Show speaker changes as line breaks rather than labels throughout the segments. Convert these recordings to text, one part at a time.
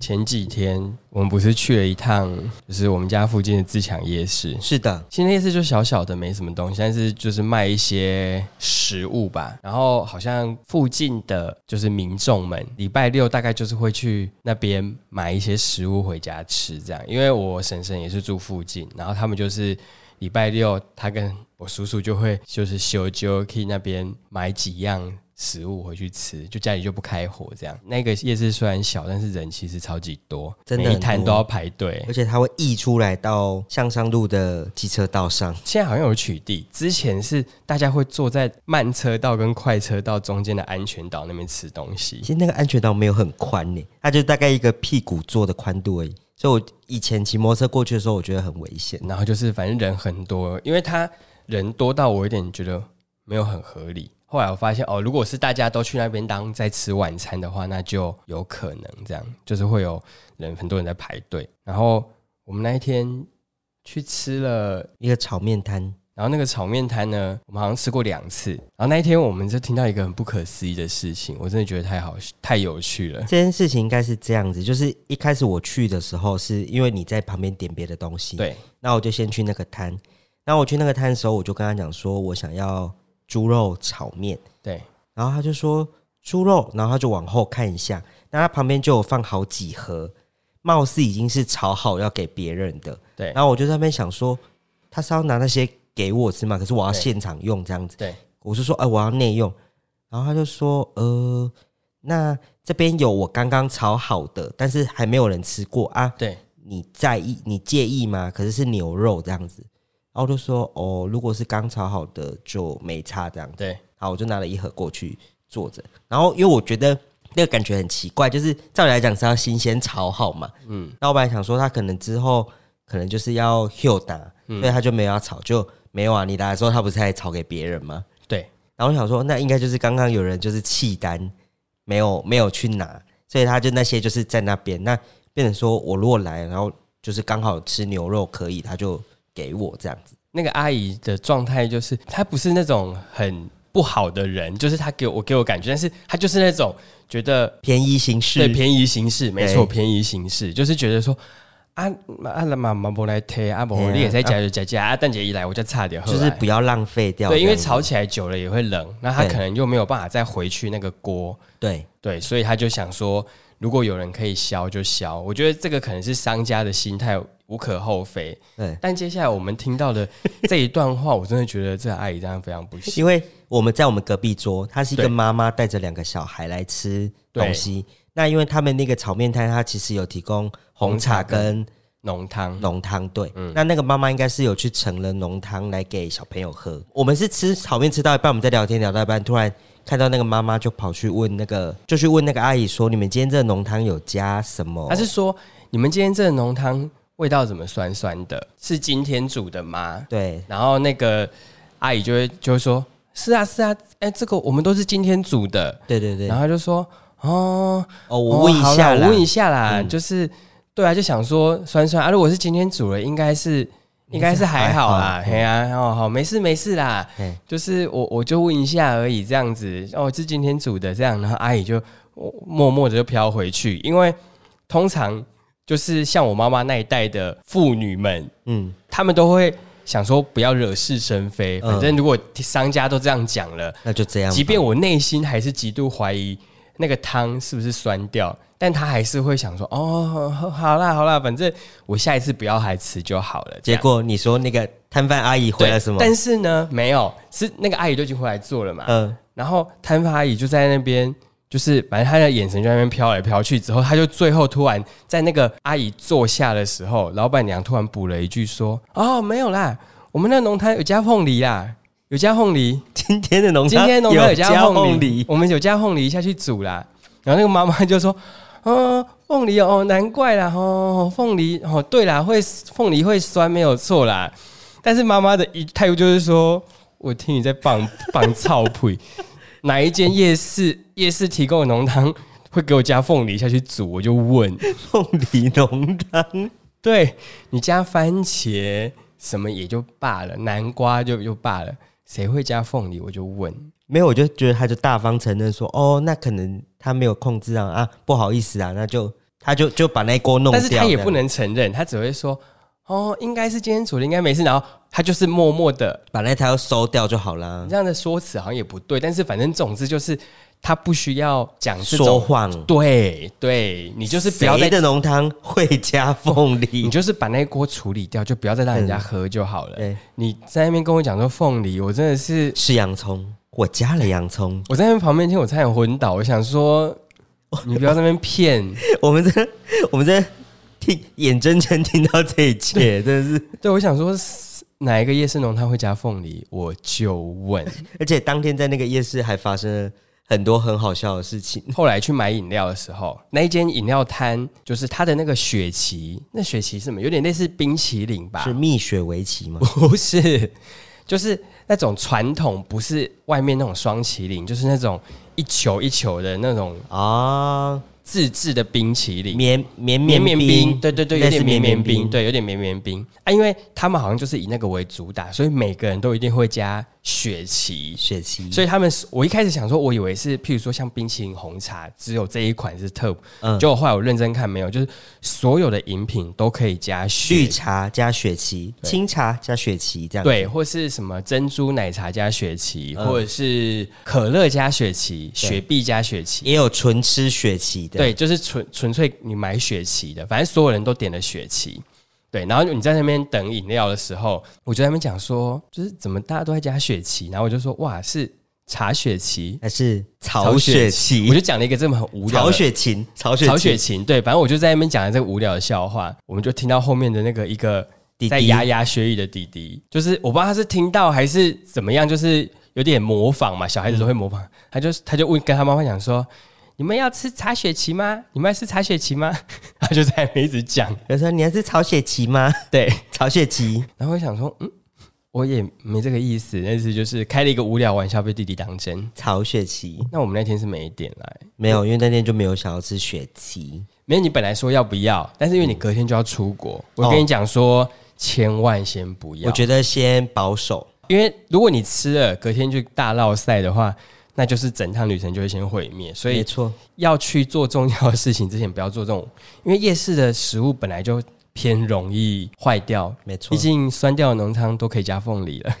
前几天我们不是去了一趟，就是我们家附近的自强夜市。
是的，
其实那夜市就小小的，没什么东西，但是就是卖一些食物吧。然后好像附近的就是民众们，礼拜六大概就是会去那边买一些食物回家吃，这样。因为我婶婶也是住附近，然后他们就是礼拜六，他跟我叔叔就会就是修就去那边买几样。食物回去吃，就家里就不开火这样。那个夜市虽然小，但是人其实超级多，
真的
每一
很
摊
多
都要排队
而。且它会溢出来到向上路的机车道上。
现在好像有取缔，之前是大家会坐在慢车道跟快车道中间的安全岛那边吃东西
其。实那个安全岛没有很宽呢，它就大概一个屁股坐的宽度而已。所以我以前骑摩托车过去的时候，我觉得很危险。
然后就是反正人很多，因为他人多到我有点觉得没有很合理。后来我发现哦，如果是大家都去那边当在吃晚餐的话，那就有可能这样，就是会有人很多人在排队。然后我们那一天去吃了
一个炒面摊，
然后那个炒面摊呢，我们好像吃过两次。然后那一天我们就听到一个很不可思议的事情，我真的觉得太好、太有趣了。
这件事情应该是这样子，就是一开始我去的时候，是因为你在旁边点别的东西，，
对，
那我就先去那个摊。那我去那个摊的时候，我就跟他讲说，我想要猪肉炒面，
对，
然后他就说猪肉，然后他就往后看一下，那他旁边就有放好几盒，貌似已经是炒好要给别人的。
对
然后我就在那边想说，他是要拿那些给我吃嘛？可是我要
对
现场用这样子。
对，
我就说，哎、我要内用。然后他就说，呃，那这边有我刚刚炒好的，但是还没有人吃过啊。
对，
你在意、你介意吗？可是是牛肉这样子。然后我就说，哦，如果是刚炒好的就没差这样子。
对，
好，我就拿了一盒过去坐着。然后因为我觉得那个感觉很奇怪，就是照理来讲是要新鲜炒好嘛，嗯。那我本来想说他可能之后可能就是要 h 打，
嗯
所以他就没有要炒，就没有啊。你来的时候他不是还炒给别人吗？
对，
然后我想说，那应该就是刚刚有人就是弃单，没有没有去拿，所以他就那些就是在那边。那变成说我如果来，然后就是刚好吃牛肉可以，他就给我这样子。
那个阿姨的状态就是，她不是那种很不好的人，就是她给我我给我感觉，但是她就是那种觉得
便宜行事，
对便宜行事，没错，
对
便宜行事，就是觉得说。啊啊！妈妈不来推啊，
嘿
不，
啊
你也在家就家家啊。蛋姐一来，我就差点喝。啊
就是不要浪费掉这样
对，
子。
因为炒起来久了也会冷，那她
对
可能又没有办法再回去那个锅，
对
对，所以他就想说，如果有人可以消就消。我觉得这个可能是商家的心态，无可厚非。
对，
但接下来我们听到的这一段话，我真的觉得这阿姨真的非常不行。
因为我们在我们隔壁桌，她是一
对
个妈妈带着两个小孩来吃
对
东西。那因为他们那个炒面摊，它其实有提供红茶跟
浓汤，
浓汤，对。
嗯
那那个妈妈应该是有去盛了浓汤来给小朋友喝。我们是吃炒面吃到一半，我们在聊天聊到一半，突然看到那个妈妈就跑去问那个，就去问那个阿姨说：“你们今天这个浓汤有加什么
他是说你们今天这个浓汤味道怎么酸酸的？是今天煮的吗？”？
对
然后那个阿姨就会就会说：“是啊，是啊，哎、这个我们都是今天煮的。”
对对对
然，后他就说：“哦，
哦，我问一
啊哦
下
好啦
啦，嗯
我问一下啦，就是对啊，就想说酸酸啊，如果是今天煮了，应该是应该是还好啦，
还好嗯
嘿啊，哦好，没事没事啦
嘿，
就是我我就问一下而已，这样子哦，是今天煮的这样，然后阿姨就我默默的就飘回去，因为通常就是像我妈妈那一代的妇女们，
嗯，
她们都会。想说不要惹是生非，反正如果商家都这样讲了，
那就这样吧。
即便我内心还是极度怀疑那个汤是不是酸掉，但他还是会想说：“哦，好啦好啦，反正我下一次不要还吃就好了。这
结
样”
果你说那个摊贩阿姨回了
对
什么？
但是呢，没有，是那个阿姨都已经回来做了嘛。
嗯、
然后摊贩阿姨就在那边，就是反正她的眼神就在那边飘来飘去。之后，她就最后突然在那个阿姨坐下的时候，老板娘突然补了一句说：“哦，没有啦，我们那农摊有加凤梨啦，有加凤梨。”
今天的农
今
场
天农场有加凤梨
梨，，
我们有加凤梨下去煮啦。然后那个妈妈就说：“哦，凤梨哦，难怪啦，哦，凤梨哦，对啦，会凤梨会酸，没有错啦。”但是妈妈的一态度就是说：“我听你在棒 棒操屁， 哪一间夜市夜市提供的浓汤会给我加凤梨下去煮？”我就问
凤梨浓汤。：“
对你加番茄什么也就罢了，南瓜就就罢了，谁会加凤梨？”我就问。
没有，我就觉得他就大方承认说，哦，那可能他没有控制啊，啊，不好意思啊，那就他就就把那一锅弄
但
掉这
是
样，
他也不能承认，他只会说哦，应该是今天煮的，应该没事。然后他就是默默的，
把那条收掉就好啦
你。这样的说辞好像也不对，但是反正总之就是他不需要讲这
说
种。
谎，
对对，你就是不要再
谁的浓汤会加凤梨
你，就是把那一锅处理掉，就不要再让人
嗯
家喝就好了。
对
你在那边跟我讲说凤梨，我真的是
是洋葱，我加了洋葱。
我在那边旁边听，我差点昏倒。我想说，你不要在那边骗。
我们这我们这听眼睁睁听到这一切，真的是。
对，我想说哪一个夜市农摊会加凤梨，我就问。
而且当天在那个夜市还发生了很多很好笑的事情。
后来去买饮料的时候，那一间饮料摊就是它的那个雪琪，那雪琪是什么？有点类似冰淇淋吧？
是蜜雪围棋吗？
不是， 就是那种传统，不是外面那种双麒麟，就是那种一球一球的那种
啊，
自制的冰淇淋，
绵绵
绵
绵
绵冰，对对对，有
类
点
似
绵绵冰，
冰，
对，有点绵绵冰啊，因为他们好像就是以那个为主打，所以每个人都一定会加雪琪。
雪琪。
所以他们是，我一开始想说，我以为是，譬如说像冰淇淋红茶，只有这一款是特，
嗯
结果后来我认真看没有，就是所有的饮品都可以加雪
绿茶加雪琪，清茶加雪琪，这样
对，或是什么珍珠奶茶加雪琪，或者是可乐加雪琪，雪碧加雪琪。
也有纯吃雪琪的，
对，就是纯纯粹你买雪琪的，反正所有人都点了雪琪。对，然后你在那边等饮料的时候，我就在那边讲说，就是怎么大家都在加雪琪，然后我就说哇是茶雪琪，
还是曹雪
我就
琪、
讲了一个这么很无聊
曹
的
雪芹、曹雪
曹
芹
雪芹，对，反正我就在那边讲了这个无聊的笑话，我们就听到后面的那个一个
弟弟
在牙牙学语的弟弟，就是我不知道他是听到还是怎么样，就是有点模仿嘛，小孩子都会模仿，他就他就问跟他妈妈讲说。你们要吃茶雪琪吗？你们要吃茶雪琪吗？ 他就在那边一直讲，
他说：“你还是曹雪芹吗
对，？”
曹雪芹
然后我想说，嗯，我也没这个意思，但是就是开了一个无聊玩笑，被弟弟当真。
曹雪芹
那我们那天是没点来，
没有，因为那天就没有想要吃雪琪。
没有，你本来说要不要，但是因为你隔天就要出国，我跟你讲说，千万先不要。
嗯我觉得先保守，
因为如果你吃了隔天就大闹赛的话，那就是整趟旅程就会先毁灭。所
没
以
错，
要去做重要的事情之前，不要做这种，因为夜市的食物本来就偏容易坏掉，
没错
毕。竟酸掉的浓汤都可以加凤梨了。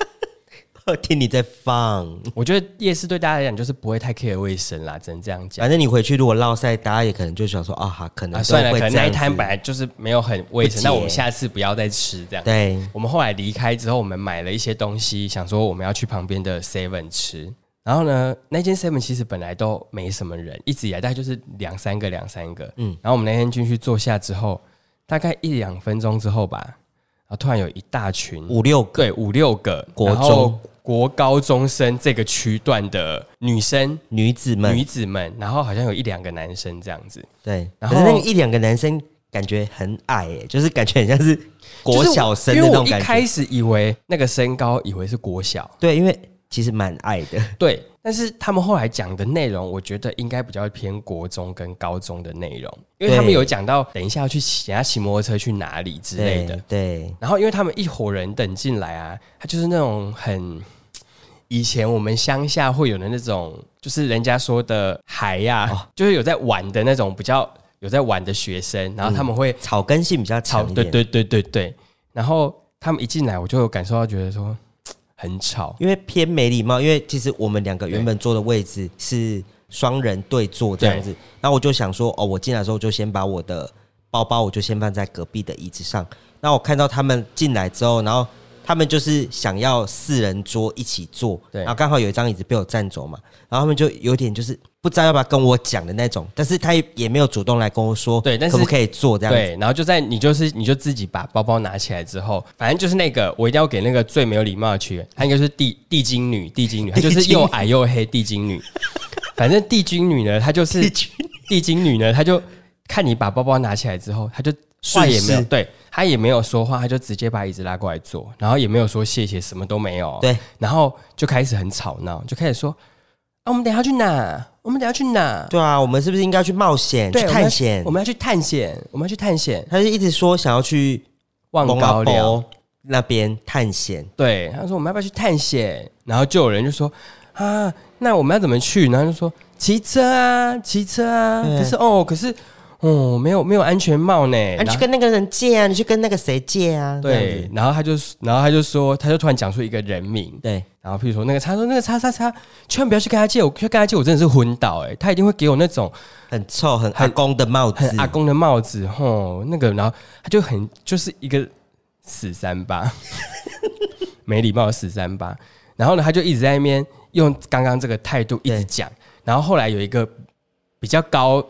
我听你在放，
我觉得夜市对大家来讲就是不会太 care 卫生啦，只能这样讲。
反正你回去如果落赛，大家也可能就想说啊，哈，可能
啊，
都
算了，
会
可能
这
那一
样子
摊本来就是没有很卫生，
不解
那我们下次不要再吃这样。
对，
我们后来离开之后，我们买了一些东西，想说我们要去旁边的 Seven 吃。然后呢，那间 Seven 其实本来都没什么人，一直以来大概就是两三个、两三个。嗯，然后我们那天进去坐下之后，大概一两分钟之后吧，然后突然有一大群
五六个
对五六个
国
然后
中
国高中生这个区段的女生、
女子们
女，子们，然后好像有一两个男生这样子。
对，
然
可
后
是那个一两个男生感觉很矮、欸， 就是感觉很像 是国小生的那种
就是我因为我
感
一
觉。
开始以为那个身高，以为是国小，
对，因为其实蛮矮的，
对。但是他们后来讲的内容，我觉得应该比较偏国中跟高中的内容，因为他们
对
有讲到等一下要去骑，等一下骑摩托车去哪里之类的。
对，
然后因为他们一伙人等进来啊，他就是那种很以前我们乡下会有的那种，就是人家说的孩呀、就是有在玩的那种比较有在玩的学生，然后他们会
对草根性比较
吵，
长一
对
点。
对对对对。然后他们一进来，我就有感受到，觉得说很吵，
因为偏没礼貌，因为其实我们两个原本坐的位置是双人对坐这样子，那我就想说，哦，我进来的时候就先把我的包包我就先放在隔壁的椅子上。那我看到他们进来之后，然后他们就是想要四人桌一起坐，
对
然后刚好有一张椅子被我占走嘛，然后他们就有点就是不知道要不要跟我讲的那种，但是他也也没有主动来跟我说，
对但是
可不可以坐这样子？
对。然后就在你就是你就自己把包包拿起来之后，反正就是那个我一定要给那个最没有礼貌的区员，她应该就是地地精女，地精女，她就是又矮又黑地精 女。反正地精女呢，她就是
地精
地精女呢，她就看你把包包拿起来之后，她就话也没
顺
有，
势
对她也没有说话，她就直接把椅子拉过来坐，然后也没有说谢谢，什么都没有哦。
对
然后就开始很吵闹，就开始说啊，我们等一下去哪？我们等一下去哪？
对啊，我们是不是应该去冒险、去
对，
探险
我们要，我？们要去探险，我们要去探险，
他就一直说想要去
望高寮。
那边探险，
对，他说我们要不要去探险？然后就有人就说啊，那我们要怎么去？然后就说骑车啊，骑车啊。
对
可是哦，可是哦，没有没有安全帽呢，
啊，你
然
去
后
跟那个人借啊，你去跟那个谁借啊，这样
对
子，，
然后他就然后他就说，他就突然讲出一个人名，
对，
然后譬如说那个叉说那个叉叉叉，千万不要去跟他借，我去跟他借我真的是昏倒哎、欸他一定会给我那种
很臭，很阿
很
公的帽子
很，阿公的帽子吼，那个然后他就很就是一个死三八， 没礼貌的死三八，然后呢他就一直在那边用刚刚这个态度一直
对
讲，然后后来有一个比较高，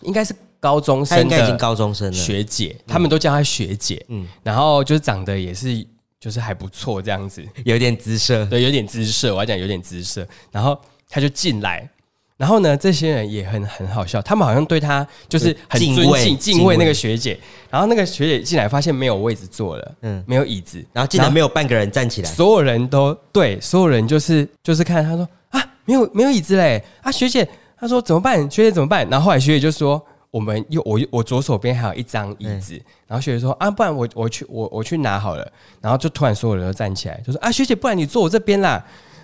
应该是高中
他应
生
该已经
的
高中生了，
学姐，他们都叫她学姐，
嗯，
然后就是长得也是就是还不错这样子，
有点姿色，
对，有点姿色，我要讲有点姿色。然后他就进来，然后呢，这些人也很很好笑，他们好像对他就是很
敬
尊
畏
敬
敬
敬畏那
畏
个学姐。然后那个学姐进来发现没有位置坐了，
嗯
嗯，没有椅子，
然后竟然没有半个人站起来，
所有人都对，所有人就是就是看他说啊，没有没有椅子嘞啊，学姐，他说怎么办？学姐怎么办？然后后来学姐就说。我们右我我左手边还有一张椅子，然后学姐说啊，不然我我去我我去拿好了，然后就突然所有人都站起来，就说啊，学姐，不然你坐我这边啦。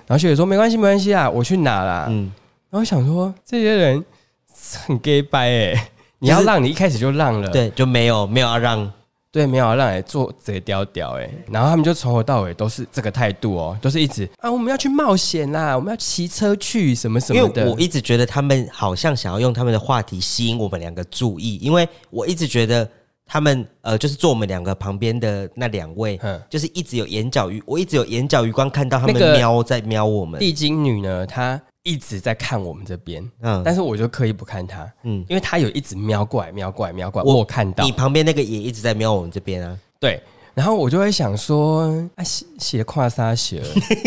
然后学姐说没关系没关系啊，我去拿啦。
嗯，
然后想说这些人很 gay 掰哎、你要让你一开始就让了，
对，就没有没有要让，
对，没有啊让哎做贼屌屌哎，然后他们就从头到尾都是这个态度哦，都是一直啊，我们要去冒险啦，我们要骑车去什么什
因
么
为
的
我，一直觉得他们好像想要用他们的话题吸引我们两个注意，因为我一直觉得他们呃，就是坐我们两个旁边的那两位，
嗯
就是一直有眼角余，我一直有眼角余光看到他们
那个
瞄在瞄我们，
地精女呢，她一直在看我们这边，
嗯
但是我就刻意不看她，
嗯，
因为她有一直瞄过来，瞄过来，瞄过来，
我
我有看到
你，旁边那个也一直在瞄我们这边啊，
对，然后我就会想说，啊，斜斜跨沙斜了，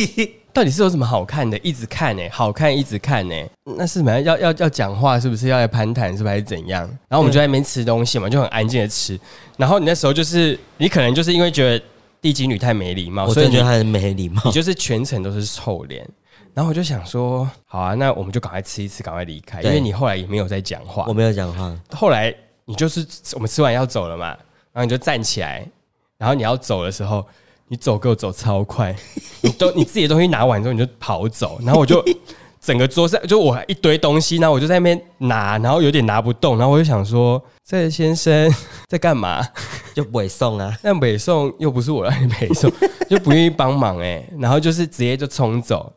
到底是有什么好看的？一直看呢、欸好看一直看呢、欸那是什么？要要要讲话是不是？要来攀谈是不是？还是怎样？然后我们就在那边吃东西嘛，就很安静的吃。然后你那时候就是，你可能就是因为觉得地精女太没礼貌，
我
哦所
真
以
的
你
觉得他很没礼貌
你，就是全程都是臭脸。然后我就想说，好啊，那我们就赶快吃一吃，赶快离开，因
对
为你后来也没有在讲话。
我没有讲话，
后来你就是我们吃完要走了嘛，然后你就站起来，然后你要走的时候，你走给我走超快， 你都你自己的东西拿完之后你就跑走，然后我就整个桌上就我一堆东西，然后我就在那边拿，然后有点拿不动，然后我就想说，这先生 在干嘛？
就不会送 啊，
那北宋又不是我让你北宋， 就不愿意帮忙哎、然后就是直接就冲走。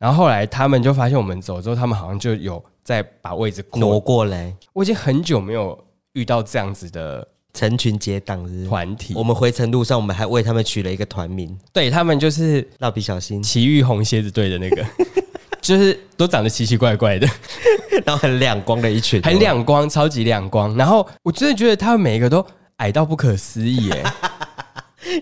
然后后来他们就发现我们走之后，他们好像就有在把位置挪
挪过来，
我已经很久没有遇到这样子的
成群结党是不是
团体
嗯我，们回程路上，我们还为他们取了一个团名
对他们就是
“蜡笔 小新
奇遇红蝎子队的 那个，就是都长得奇奇怪怪的，”，
然后很亮光的一群，
很亮光，超级亮光。然后我真的觉得他们每一个都矮到不可思议 耶！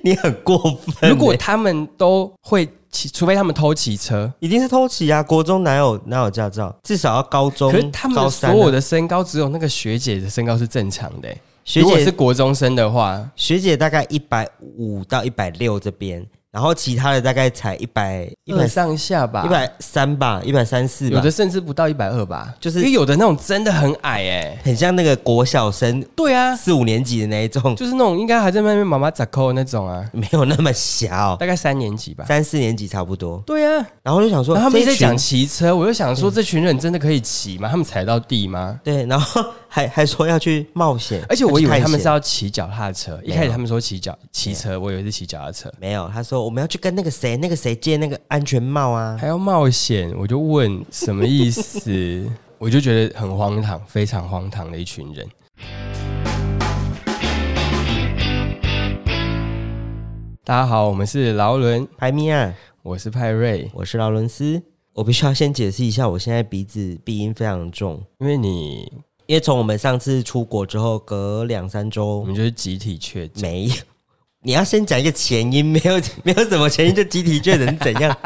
你很过分欸。
如果他们都会骑，除非他们偷骑车，
一定是偷骑啊！国中哪有哪有驾照？至少要高中。
可是他们
高
的
三
所
啊
有的身高只有那个学姐的身高是正常的耶。欸
学
如果
姐
是国中生的话，
学姐大概一百五到一百六这边，然后其他的大概才一百一
一
百
百上下吧，
一百三吧，一百三四吧
有的，甚至不到一百二吧，
就是
因为有的那种真的很矮哎。
很像那个国小生
对啊，
四五年级的那一 种，
就是那种应该还在那边妈妈咋扣那种啊，
没有那么 小，
大概三年级吧。
三四年级差不多。
对啊，
然后就想说，
然后他们一
这
直在
一
讲
群
骑车，我就想说这群人真的可以骑吗？他们踩到地吗？
对，然后还 还说要去冒险，
而且我以
要去
为
探
他们是
险
要骑脚踏车，一开始他们说骑脚骑车，我以为是骑脚踏车，
没有，他说我们要去跟那个谁那个谁借那个安全帽 啊，
还要冒险，我就问什么意思，我就觉得很荒唐，非常荒唐的一群人。大家好，我们是劳伦，
排咪啊，
我是派瑞，
我是劳伦斯。我必须要先解释一下，我现在鼻子鼻音非常重，
因为你
因为从我们上次出国之后，隔两三
我
周
们就是集体确诊。
没有。 你要先讲一个前因，没有没有什么前因就集体确诊是怎样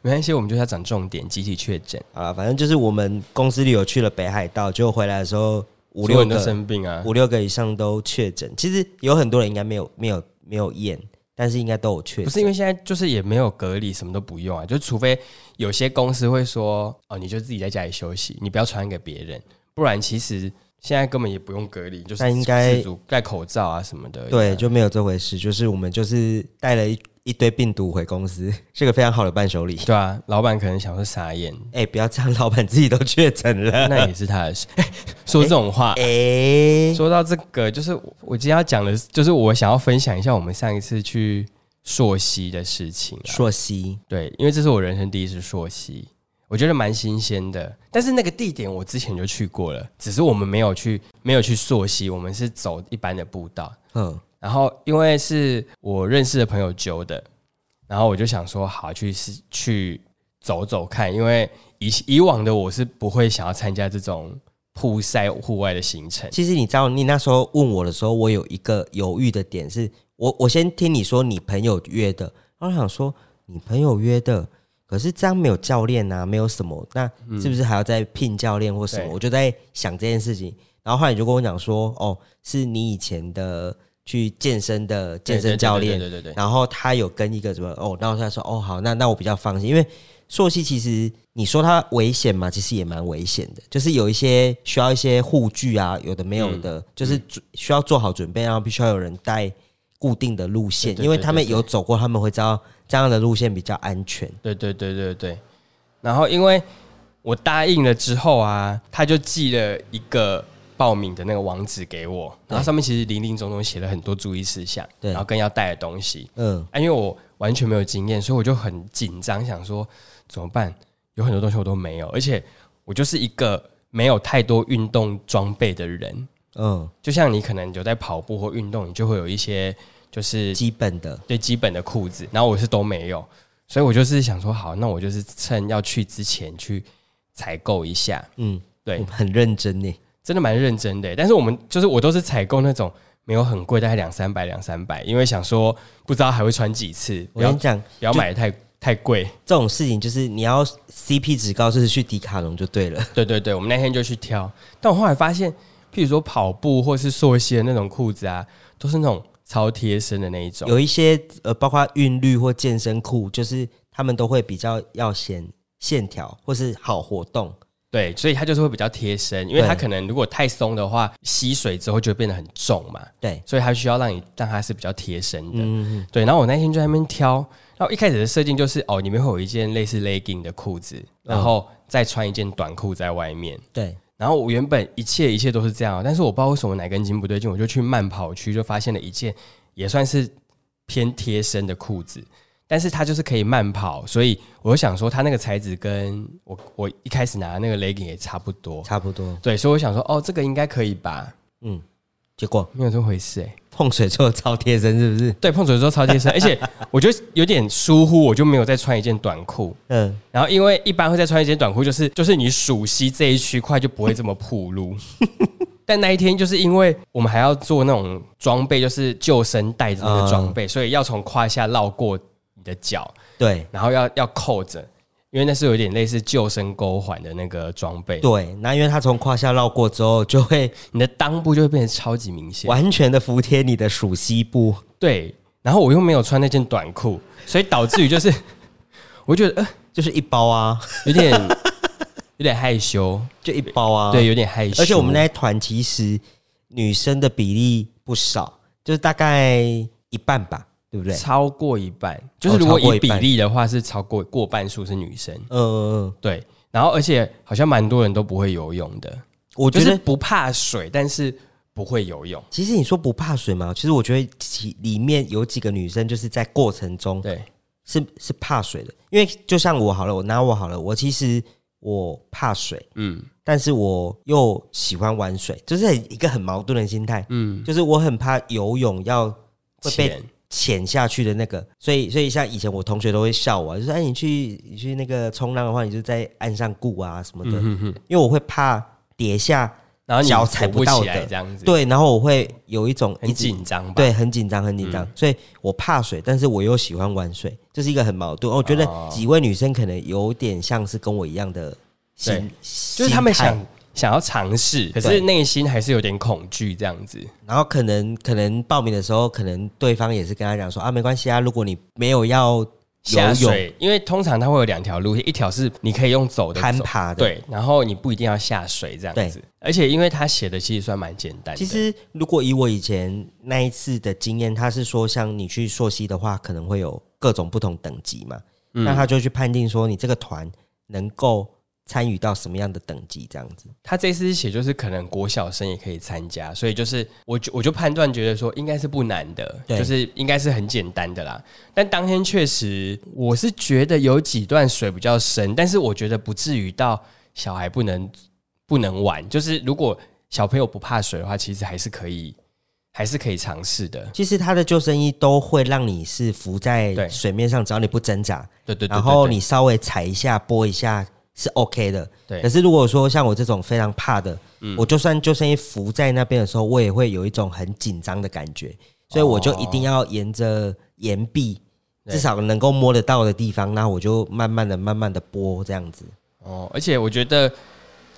没关系，我们就是要讲重点，集体确诊，
啊？反正就是我们公司里有去了北海道，结果回来的时候五
所有
六
人都
个
生病啊。
五六个以上都确诊。其实有很多人应该没有没有没有验，但是应该都有确
不
诊
是。因为现在就是也没有隔离，什么都不用啊，就除非有些公司会说哦，你就自己在家里休息，你不要传染给别人，不然其实现在根本也不用隔离，就是
那应该
自主戴口罩啊什么的而已啊。
对，就没有这回事。就是我们就是带了一一堆病毒回公司， 是个非常好的伴手礼。
对啊，老板可能想说傻 眼，
哎、不要这样，老板自己都确诊了。
那也是他的事。 说这种话，
哎、
说到这个，就是我我今天要讲的，就是我想要分享一下我们上一次去朔溪的事情、啊。
硕西，
对，因为这是我人生第一次朔溪，我觉得蛮新鲜的。但是那个地点我之前就去过了，只是我们没有去没有去朔溪，我们是走一般的步道。
嗯，
然后因为是我认识的朋友揪的，然后我就想说好去是去走走看，因为以以往的我是不会想要参加这种户晒户外的行程。
其实你知道，你那时候问我的时候，我有一个犹豫的点是，我我先听你说你朋友约的，然后我想说你朋友约的，可是这样没有教练啊，没有什么，那
嗯
是不是还要再聘教练或什么？
对
我就在想这件事情。然后后来你就跟我讲说，哦，是你以前的去健身的健身教练，
对对对对对对
然后他有跟一个什么哦，然后他说哦好，那那我比较放心，因为朔溪其实你说它危险嘛，其实也蛮危险的，就是有一些需要一些护具啊，有的没
嗯
有的，就是准需要做好准备，然后必须要有人带固定的路线，
对对
因为
对
他们
对
有走过，他们会知道这样的路线比较安全。
对对对对对。然后因为我答应了之后啊，他就寄了一个报名的那个网址给我，然后上面其实零零总总写了很多注意事项，
对
然后跟要带的东西。
嗯，
啊，因为我完全没有经验，所以我就很紧张，想说怎么办？有很多东西我都没有，而且我就是一个没有太多运动装备的人。
嗯，
就像你可能有在跑步或运动，你就会有一些就是
基本的，
最基本的裤子，然后我是都没有，所以我就是想说，好，那我就是趁要去之前去采购一下，
嗯，
对，
很认真呢。
真的蛮认真的耶。但是我们就是我都是采购那种没有很贵，大概两三百、两三百，因为想说不知道还会穿几次，不
我跟
要
你
不
讲，
要买得太太贵。
这种事情就是你要 CP 值高，就是去迪卡侬就对了。
对对对，我们那天就去挑，但我后来发现，譬如说跑步或是溯溪的那种裤子啊，都是那种超贴身的那一种。
有一些呃，包括韵律或健身裤，就是他们都会比较要显线条或是好活动。
对，所以它就是会比较贴身，因为它
对
可能如果太松的话，吸水之后就会变得很重嘛。
对，
所以它需要让你让它是比较贴身的。
嗯，
对，然后我那天就在那边挑，然后一开始的设定就是哦，里面会有一件类似 legging 的裤子，然后再穿一件短裤在外面。
对，
然后我原本一切一切都是这样，但是我不知道为什么哪根筋不对劲，我就去慢跑区就发现了一件也算是偏贴身的裤子，但是它就是可以慢跑，所以我就想说它那个材质跟我我一开始拿的那个 legging 也差不多，
差不多。
对，所以我想说哦，这个应该可以吧？
嗯，结果
没有这回事哎、
碰水之后超贴身，是不是？
对，碰水之后超贴身，而且我就有点疏忽，我就没有再穿一件短裤。
嗯，
然后因为一般会再穿一件短裤，就是就是你属膝这一区块就不会这么暴露。但那一天就是因为我们还要做那种装备，就是救生带的那个装备，所以要从胯下绕过你的脚，
对
然后要要扣着，因为那是有点类似救生钩环的那个装备，
对。那因为它从胯下绕过之后，就会
你的裆部就会变得超级明显。
完全的服贴你的属膝部。
对，然后我又没有穿那件短裤，所以导致于就是 我觉得。呃
就是一包啊，
有点有点害羞，
就一包啊。
对，，有点害羞。
而且我们那一团其实女生的比例不少，就是大概一半吧，对不对？
超过一半，就是如果
超过
以
一
比
半
例的话，是超过过半数是女生。
嗯嗯，嗯
对，然后而且好像蛮多人都不会游泳的，
我
就
觉
是
得
不怕水，但是不会游泳。
其实你说不怕水嘛，其实我觉得其里面有几个女生就是在过程中
对，
是是怕水的，因为就像我好了，我拿我好了，我其实我怕水，
嗯
但是我又喜欢玩水，就是很一个很矛盾的心态，
嗯，
就是我很怕游泳要会被
浅
潜下去的那个，所以所以像以前我同学都会笑我，就说哎你去你去那个冲浪的话，你就在岸上顾啊什么的，
嗯哼，
因为我会怕跌下，
然后你
脚踩
扶
不到
起来
的
这样子，，
对，然后我会有一种一
很
直
紧张吧？，
对，很紧张，很紧张，所以我怕水，但是我又喜欢玩水，这是一个很矛盾。我觉得
哦
几位女生可能有点像是跟我一样的
对
心，
就是他们
心态
想。想要尝试，可是
对
内心还是有点恐惧，这样子。
然后可能可能报名的时候，可能对方也是跟他讲说啊，没关系啊，如果你没有要
下
游泳
水，因为通常它会有两条路，一条是你可以用走的
攀
走
爬的，
对，然后你不一定要下水这样子，而且因为他写的其实算蛮简单的，
其实如果以我以前那一次的经验，他是说像你去溯溪的话，可能会有各种不同等级嘛，那他就去判定说你这个团能够参与到什么样的等级这样子。
他这次写就是可能国小生也可以参加，所以就是我就我就判断觉得说应该是不难的，
对
就是应该是很简单的啦。但当天确实我是觉得有几段水比较深，但是我觉得不至于到小孩不能不能玩，就是如果小朋友不怕水的话，其实还是可以还是可以尝试的。
其实他的救生衣都会让你是浮
对
在水面上，只要你不挣扎，
对对对对
然后
对
你稍微踩一下、拨一下是 OK 的。
对嗯
可是如果说像我这种非常怕的，我就算救生衣浮在那边的时候，我也会有一种很紧张的感觉，所以我就一定要沿着岩壁，
对
至少能够摸得到的地方，那我就慢慢的、慢慢的拨这样子。
哦，而且我觉得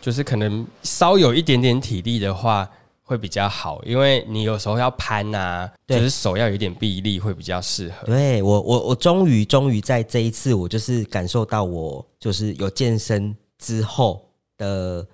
就是可能稍有一点点体力的话会比较好，因为你有时候要攀啊，就
对
是手要有一点臂力会比较适合。
对我，我我终于终于在这一次，我就是感受到我就是有健身之后的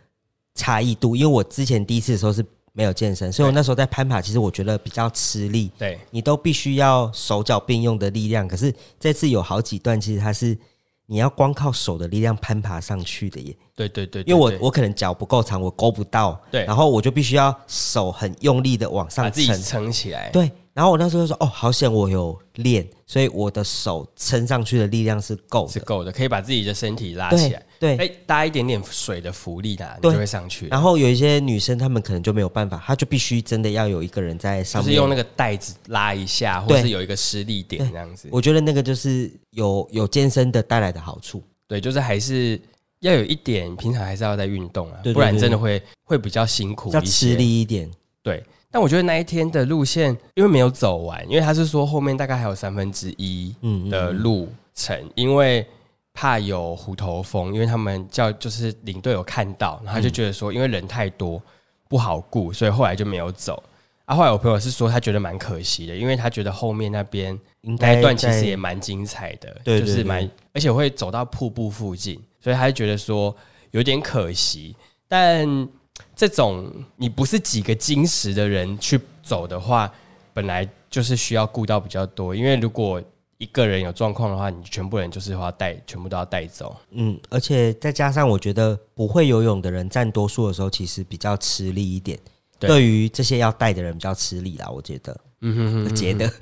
差异度，因为我之前第一次的时候是没有健身，所以我那时候在攀爬，其实我觉得比较吃力，
对，
你都必须要手脚并用的力量。可是这次有好几段，其实它是你要光靠手的力量攀爬上去的耶，
对对对对
因为我
对
我可能脚不够长，我勾不到，
对
然后我就必须要手很用力的往
把
上
自己
撑，
撑起来。
对，然后我那时候就说，哦，好险我有练，所以我的手撑上去的力量是够
是
的。
够的，可以把自己的身体拉起来，
对
哎，搭一点点水的浮力啦，你
对
就会上去。
然后有一些女生，她们可能就没有办法，她就必须真的要有一个人在
就
上
是
面。
用那个带子拉一下，或
对
是有一个施力点这样子。
我觉得那个就是有有健身的带来的好处。
对，就是还是要有一点，平常还是要在运动啊，
对对
不然
对
真的会会比较辛苦
比
一
较
些，
吃力一点，
对，但我觉得那一天的路线，因为没有走完，因为他是说后面大概还有三分之一
嗯
的路程，因为怕有虎头蜂，因为他们叫就是领队有看到，然后他
嗯
就觉得说，因为人太多不好顾，所以后来就没有走。啊，后来我朋友是说他觉得蛮可惜的，因为他觉得后面那边
应
那
该
一段其
在
实也蛮精彩的，
对对
就是
对
蛮，而且会走到瀑布附近，所以他就觉得说有点可惜。但这种你不是几个金石的人去走的话，本来就是需要顾到比较多，因为如果一个人有状况的话，你全部人就是要带，全部都要带走。
嗯，而且再加上我觉得不会游泳的人占多数的时候，其实比较吃力一点。
对
对于这些要带的人比较吃力啦，我觉得，
嗯哼哼
我
哼，
觉得，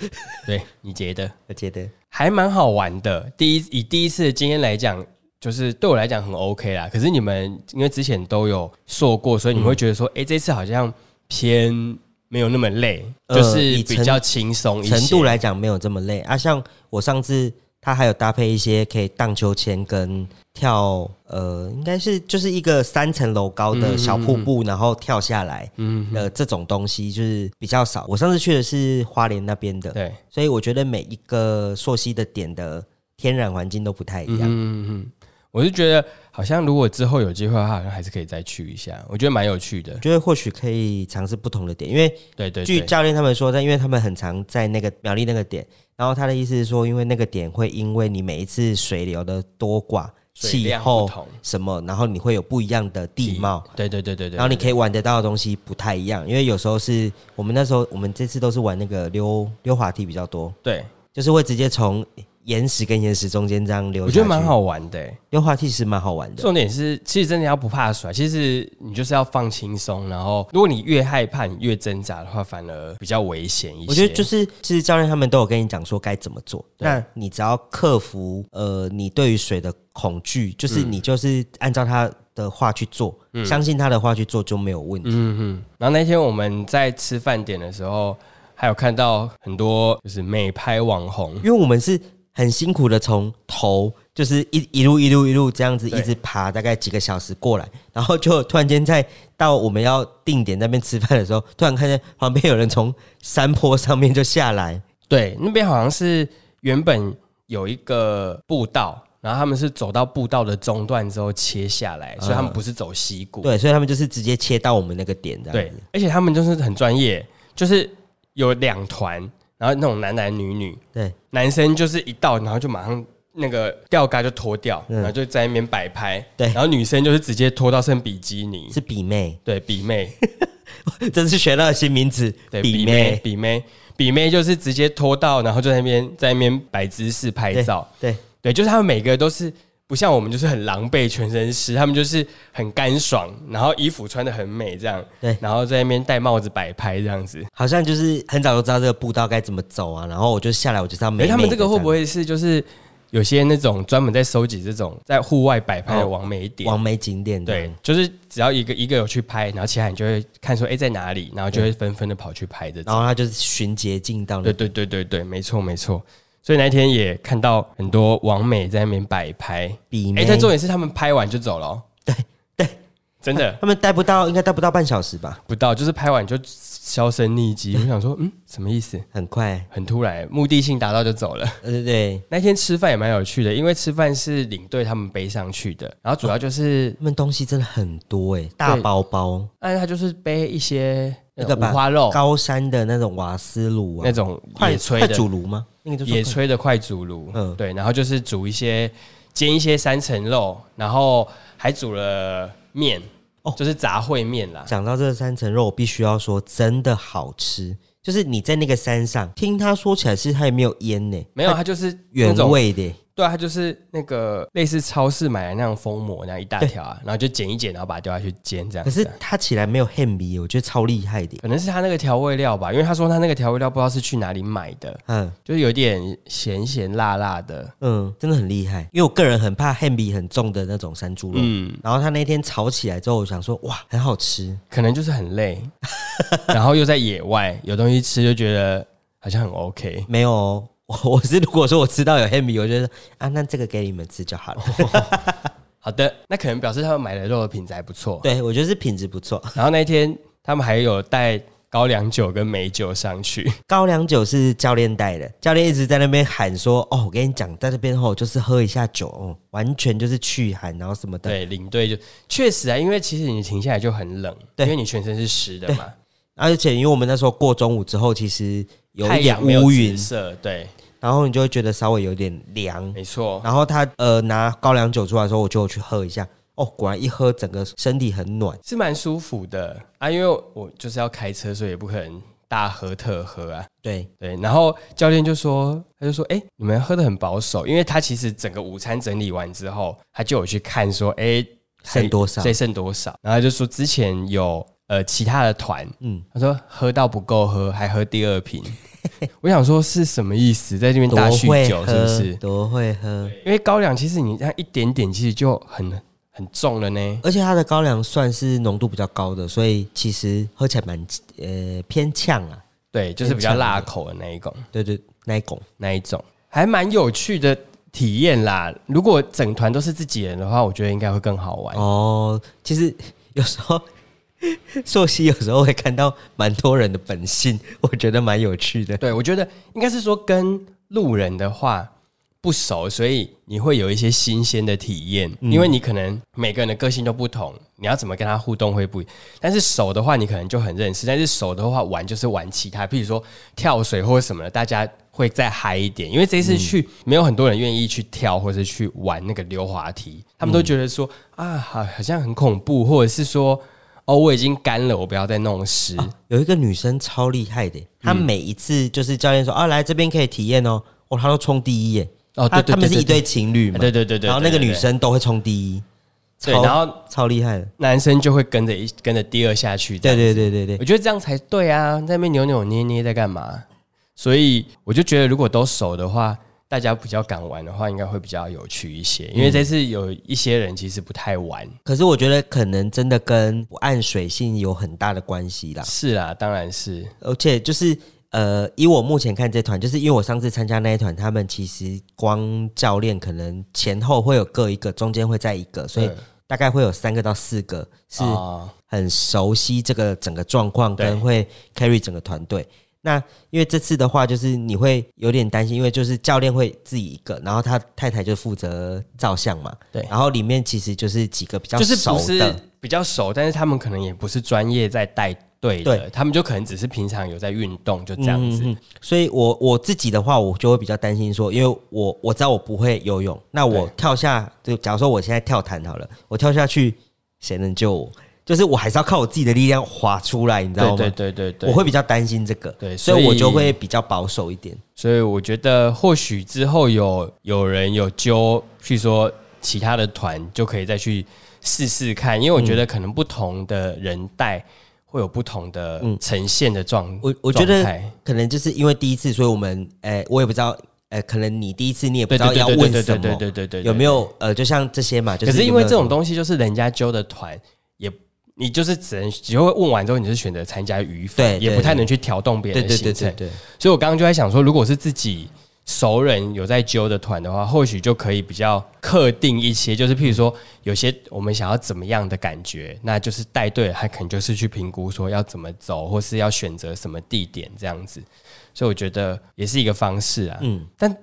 对你觉得
我觉得，
还蛮好玩的。第一以第一次的经验来讲，就是对我来讲很 OK 啦。可是你们因为之前都有做过，所以你
嗯
们会觉得说，哎、这次好像偏没有那么累，
呃
就是
以
比
程
较轻松一些。
程度来讲没有这么累啊。像我上次，它还有搭配一些可以荡秋千跟跳，呃，应该是就是一个三层楼高的小瀑
嗯
布，然后跳下来，嗯，呃，这种东西就是比较少。我上次去的是花莲那边的，
对，
所以我觉得每一个溯溪的点的天然环境都不太一样。
嗯嗯，我是觉得好像如果之后有机会的话，好像还是可以再去一下，我觉得蛮有趣的
我。觉得或许可以尝试不同的点，因为
对对
据
对，
教练他们说，但因为他们很常在那个苗栗那个点，然后他的意思是说，因为那个点会因为你每一次水流的多寡、
水
气
量不
候
同
什么，然后你会有不一样的地貌，
对对对对对，
然后你可以玩得到的东西不太一样，因为有时候是我们那时候我们这次都是玩那个溜溜滑梯比较多，
对，
就是会直接从岩石跟岩石中间这样溜，
我觉得蛮。好玩的、欸
溜滑梯是蛮好玩的，
重点是，其实真的要不怕水，其实你就是要放轻松。然后，如果你越害怕、你越挣扎的话，反而比较危险一些。
我觉得就是，其实教练他们都有跟你讲说该怎么做。
对
那你只要克服呃你对于水的恐惧，就是
嗯
你就是按照他的话去做，相信他的话去做就没有问题。
嗯嗯。然后那天我们在吃饭点的时候，还有看到很多就是美拍网红，
因为我们是很辛苦的从头就是一一路一路一路这样子
对
一直爬，大概几个小时过来，然后就突然间在到我们要定点那边吃饭的时候，突然看见旁边有人从山坡上面就下来，
对，那边好像是原本有一个步道，然后他们是走到步道的中段之后切下来，所以他们不是走溪谷。
对，所以他们就是直接切到我们那个点这样
对
子。，
而且他们就是很专业，就是有两团，然后那种男男女女，
对，
男生就是一到，然后就马上那个吊嘎就脱掉，
嗯
然后就在那边摆拍。
对
然后女生就是直接脱到剩比基尼，
是比妹，
对，比妹，
真是学到了新名字，
对，
比
比妹，，比妹，比妹就是直接脱到，然后就在那边在那边摆姿势拍
对
照。
对，
对，就是他们每个都是不像我们，就是很狼狈，全身湿，他们就是很干爽，然后衣服穿的很美，这样，
对
然后在那边戴帽子摆拍这样子。
好像就是很早就知道这个步道该怎么走啊，然后我就下来，我就知道
哎、
美妹的样。
他们这个会不会是就是有些那种专门在收集这种在户外摆
哦
拍的完美点？
完美景点？
对，，就是只要一个一个有去拍，然后其他人就会看说，哎、在哪里？然后就会纷纷的跑去拍这种
然。后他就是循捷径到那
对对对对对，没错没错。所以那天也看到很多网美在那边摆拍，
比
哎、
妹，
但重点是他们拍完就走了、哦。
对
真的
他们待不到，应该待不到半小时吧，
不到，就是拍完就销声匿迹。我想说，嗯，什么意思？
很快。
很突然，目的性达到就走了。
呃，对对，
那天吃饭也蛮有趣的，因为吃饭是领队他们背上去的，然后主要就是，
他们东西真的很多哎、大包包，
哎、他就是背一些那
那
个五
个吧
花肉
高山的那种瓦斯炉啊
那，种
快
野炊
快
的
煮炉吗？那个就是
野炊的快煮炉，
嗯
对，然后就是煮一些煎一些三层肉，然后还煮了面，
哦
就是杂烩面啦。
讲到这三层肉，我必须要说真的好吃。就是你在那个山上，听他说起来是它也没有烟呢、
没有，它就是那
哎原
种，
味的、
对啊，它就是那个类似超市买的那种封膜，那样一大条啊，然后就剪一剪，然后把它丢下去煎这样
可
子
是
啊。
它起来没有 ham 味，我觉得超厉害的、
可能是他那个调味料吧，因为他说他那个调味料不知道是去哪里买的，
嗯
就是有点咸咸辣辣的。
嗯，真的很厉害。因为我个人很怕 ham 味很重的那种山猪肉，
嗯，
然后他那天炒起来之后，我想说哇，很好吃。
可能就是很 累，然后又在野外有东西吃，就觉得好像很 OK。
没有哦， 我我是如果说我知道有 ham 味，我就说啊，那这个给你们吃就 好了。
好的，那可能表示他们买的肉的品质还不错。
对我觉得是品质不错。
然后那一天他们还有带高粱酒跟美酒上 去，
高粱酒是教练带的，教练一直在那边喊说：“哦，我跟你讲，在这边吼就是喝一下酒，哦，完全就是驱寒，然后什么的。
对，领队就确实啊，因为其实你停下来就很冷，
对
因为你全身是湿的嘛，
而且因为我们那时候过中午之后，其实有
太
一点
阳没有
乌云
紫，色，对，
然后你就会觉得稍微有点凉。
没错，
然后他呃拿高粱酒出来的时候，我就有去喝一下。哦，果然一喝，整个身体很暖。
是蛮舒服的啊，因为我就是要开车，所以也不可能大喝特喝啊。
对，
对，然后教练就说，他就说，哎、你们喝的很保守，因为他其实整个午餐整理完之后，他就有去看说，哎、还
剩多少
对，剩多少？然后他就说之前有呃其他的团，嗯
嗯，
他说喝到不够喝，还喝第二瓶。 我想说是什么意思，在这边
多
大酗
会
酒是不
喝，
是？
多会喝。
因为高粱其实你这样一点点，其实就很很重了呢。
而且它的高粱算是浓度比较高的，所以其实喝起来蛮呃偏呛啊。
对，就是比较
很呛
辣口的那一种。
对对，那一拱。
那一种，还蛮有趣的体验啦。如果整团都是自己人的话，我觉得应该会更好玩。
哦，其实有时候 朔溪有时候会看到蛮多人的本性，我觉得蛮有趣的。
对，我觉得应该是说跟路人的话不熟，所以你会有一些新鲜的体验，
嗯
因为你可能每个人的个性都不同，你要怎么跟他互动会不一。但是熟的话，你可能就很认识；但是熟的话，玩就是玩其他，譬如说跳水或者什么的，大家。会再嗨一点，因为这一
嗯
次去没有很多人愿意去跳或者去玩那个溜滑梯，他们
嗯
都觉得说、啊，好好像很恐怖，或者是说哦，我已经干了，我不要再弄湿。
有一个女生超厉害
嗯
的，她每一次就是教练说啊，来这边可以体验哦，哦，她都冲第一耶。
哦，
她
对对对
他们是一
对
对情侣嘛，
对对对对，
然后那个
对对
女生都会冲第一，
对，
超
然后
超厉害的。
男生就会跟着一跟着第二下去。
对
对，
对对对对
我，觉得这样才对啊，在那边扭扭捏捏在干嘛？所以我就觉得，如果都熟的话，大家比较敢玩的话，应该会比较有趣一些。
嗯
因为这次有一些人其实不太玩，
可是我觉得可能真的跟不按水性有很大的关系啦。
是啦，当然是
而且就是呃，以我目前看这团，就是因为我上次参加那一团，他们其实光教练可能前后会有各一个，中间会再一个，所以
嗯
大概会有三个到四个是
啊，
很熟悉这个整个状况，
对
跟会 carry 整个团队。那因为这次的话，就是你会有点担心，因为就是教练会自己一个，然后他太太就负责照相嘛，
对
然后里面其实就是几个比较
就是
熟
不
的，
是比较熟，但是他们可能也不是专业在带对的，
对
他们就可能只是平常有在运动，就这样子。
嗯嗯嗯所以我我自己的话，我就会比较担心说，因为我我知道我不会游泳，那我
对
跳下，就假如说我现在跳潭好了，我跳下去，谁能救我？就是我还是要靠我自己的力量划出来，你知道吗？
对对对对对，
我会比较担心这个，
对
所
所
以
以嗯
我就会比较保守一点。
所以我觉得或许之后有有人有揪去说其他的团，就可以再去试试看，因为我觉得可能不同的人带会有不同的呈现的状，
嗯我我觉
状
得
态
可能就是因为第一次，所以我们，哎、我也不知道，哎、可能你第一次你也不
对
知道
对
要
对
问
对对
什
对
么
对，对对对，
有没有呃，就像这些嘛，就
可
是
是因
有没
为
有
这种东西就是人家揪的团，也你就是只能只会问完之后，你是选择参加与否，
对对
也不太能去调动别
对
人的
对
行程。
对对对，
所以我刚刚就在想说，如果是自己熟人有在揪的团的话，或许就可以比较刻定一些，就是譬如说有些我们想要怎么样的感觉，那就是带队他可能就是去评估说要怎么走，或是要选择什么地点这样子。所以我觉得也是一个方式啊。
嗯，
但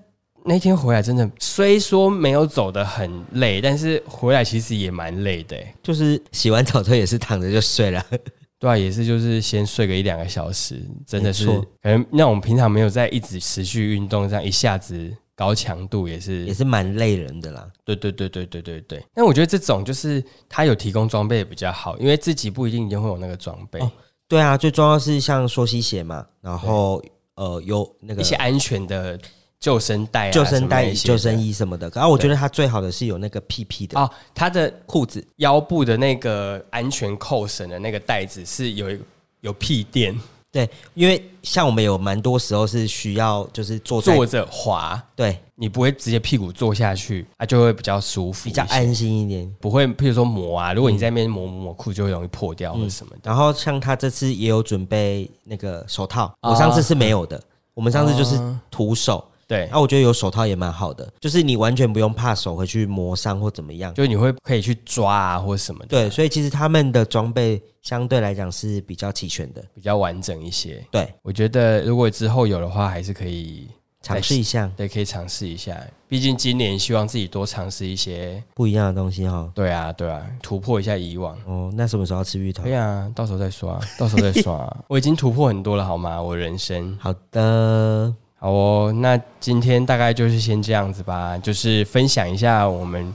那天回来真的，虽说没有走得很累，但是回来其实也蛮累的、欸。
就是洗完澡之后也是躺着就睡了。
对啊，也是就是先睡个一两个小时，真的是
没错
可能那种平常没有在一直持续运动，这样一下子高强度也是
也是蛮累人的啦。
对对对对对对对。但我觉得这种就是他有提供装备比较好，因为自己不一定一定会有那个装备，
哦对啊，最重要是像说吸血嘛，然后呃有那个
一些安全的救生带、啊、
救生
什么
带、
那些
救生
的
衣什么的。然后我觉得它最好的是有那个 PP 的
哦，他的
裤子，
腰部的那个安全扣绳的那个带子是有一个有屁垫，
对，因为像我们有蛮多时候是需要就是坐在
坐着滑，
对
你不会直接屁股坐下去，啊，就会比较舒服，
比较，安心一点。
不会，譬如说磨啊，
嗯
如果你在那边磨磨裤，就会容易破掉或什么的。
然后像他这次也有准备那个手套，
啊
我上次是没有的，我们上次就是徒手。啊
对
那、，我觉得有手套也蛮好的，就是你完全不用怕手会去磨伤或怎么样。
就你会可以去抓啊或什么的，
对，所以其实他们的装备相对来讲是比较齐全的。
比较完整一些。
对，
我觉得如果之后有的话，还是可以
尝试一下
对，可以尝试一下。毕竟今年希望自己多尝试一些，
不一样的东西哈、
对啊，对啊，突破一下以往。
哦，那什么时候要吃芋头
可？以啊，到时候再刷，到时候再刷、 我已经突破很多了，好吗？我人生
好的，
好哦。那今天大概就是先这样子吧，就是分享一下我们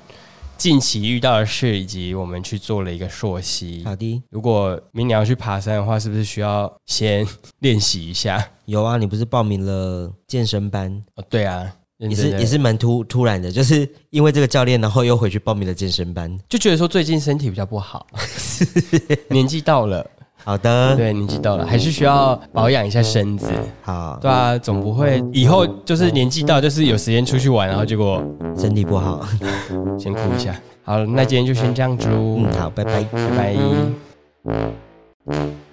近期遇到的事，以及我们去做了一个溯溪。
好的，
如果明年要去爬山的话，是不是需要先练习一下？
有啊，你不是报名了健身班，
哦，对啊，认
也是
真的
也是蛮突突然的，就是因为这个教练，然后又回去报名了健身班。
就觉得说最近身体比较不 好，年纪到了，
好的，
对，年纪到了，还是需要保养一下身子。
嗯好，
对啊，总不会
嗯
以后就是年纪到，就是有时间出去玩，然后结果
身体不好，
先哭一
嗯
下。好了，那今天就先这样子喽，
嗯，好，拜拜。
拜拜。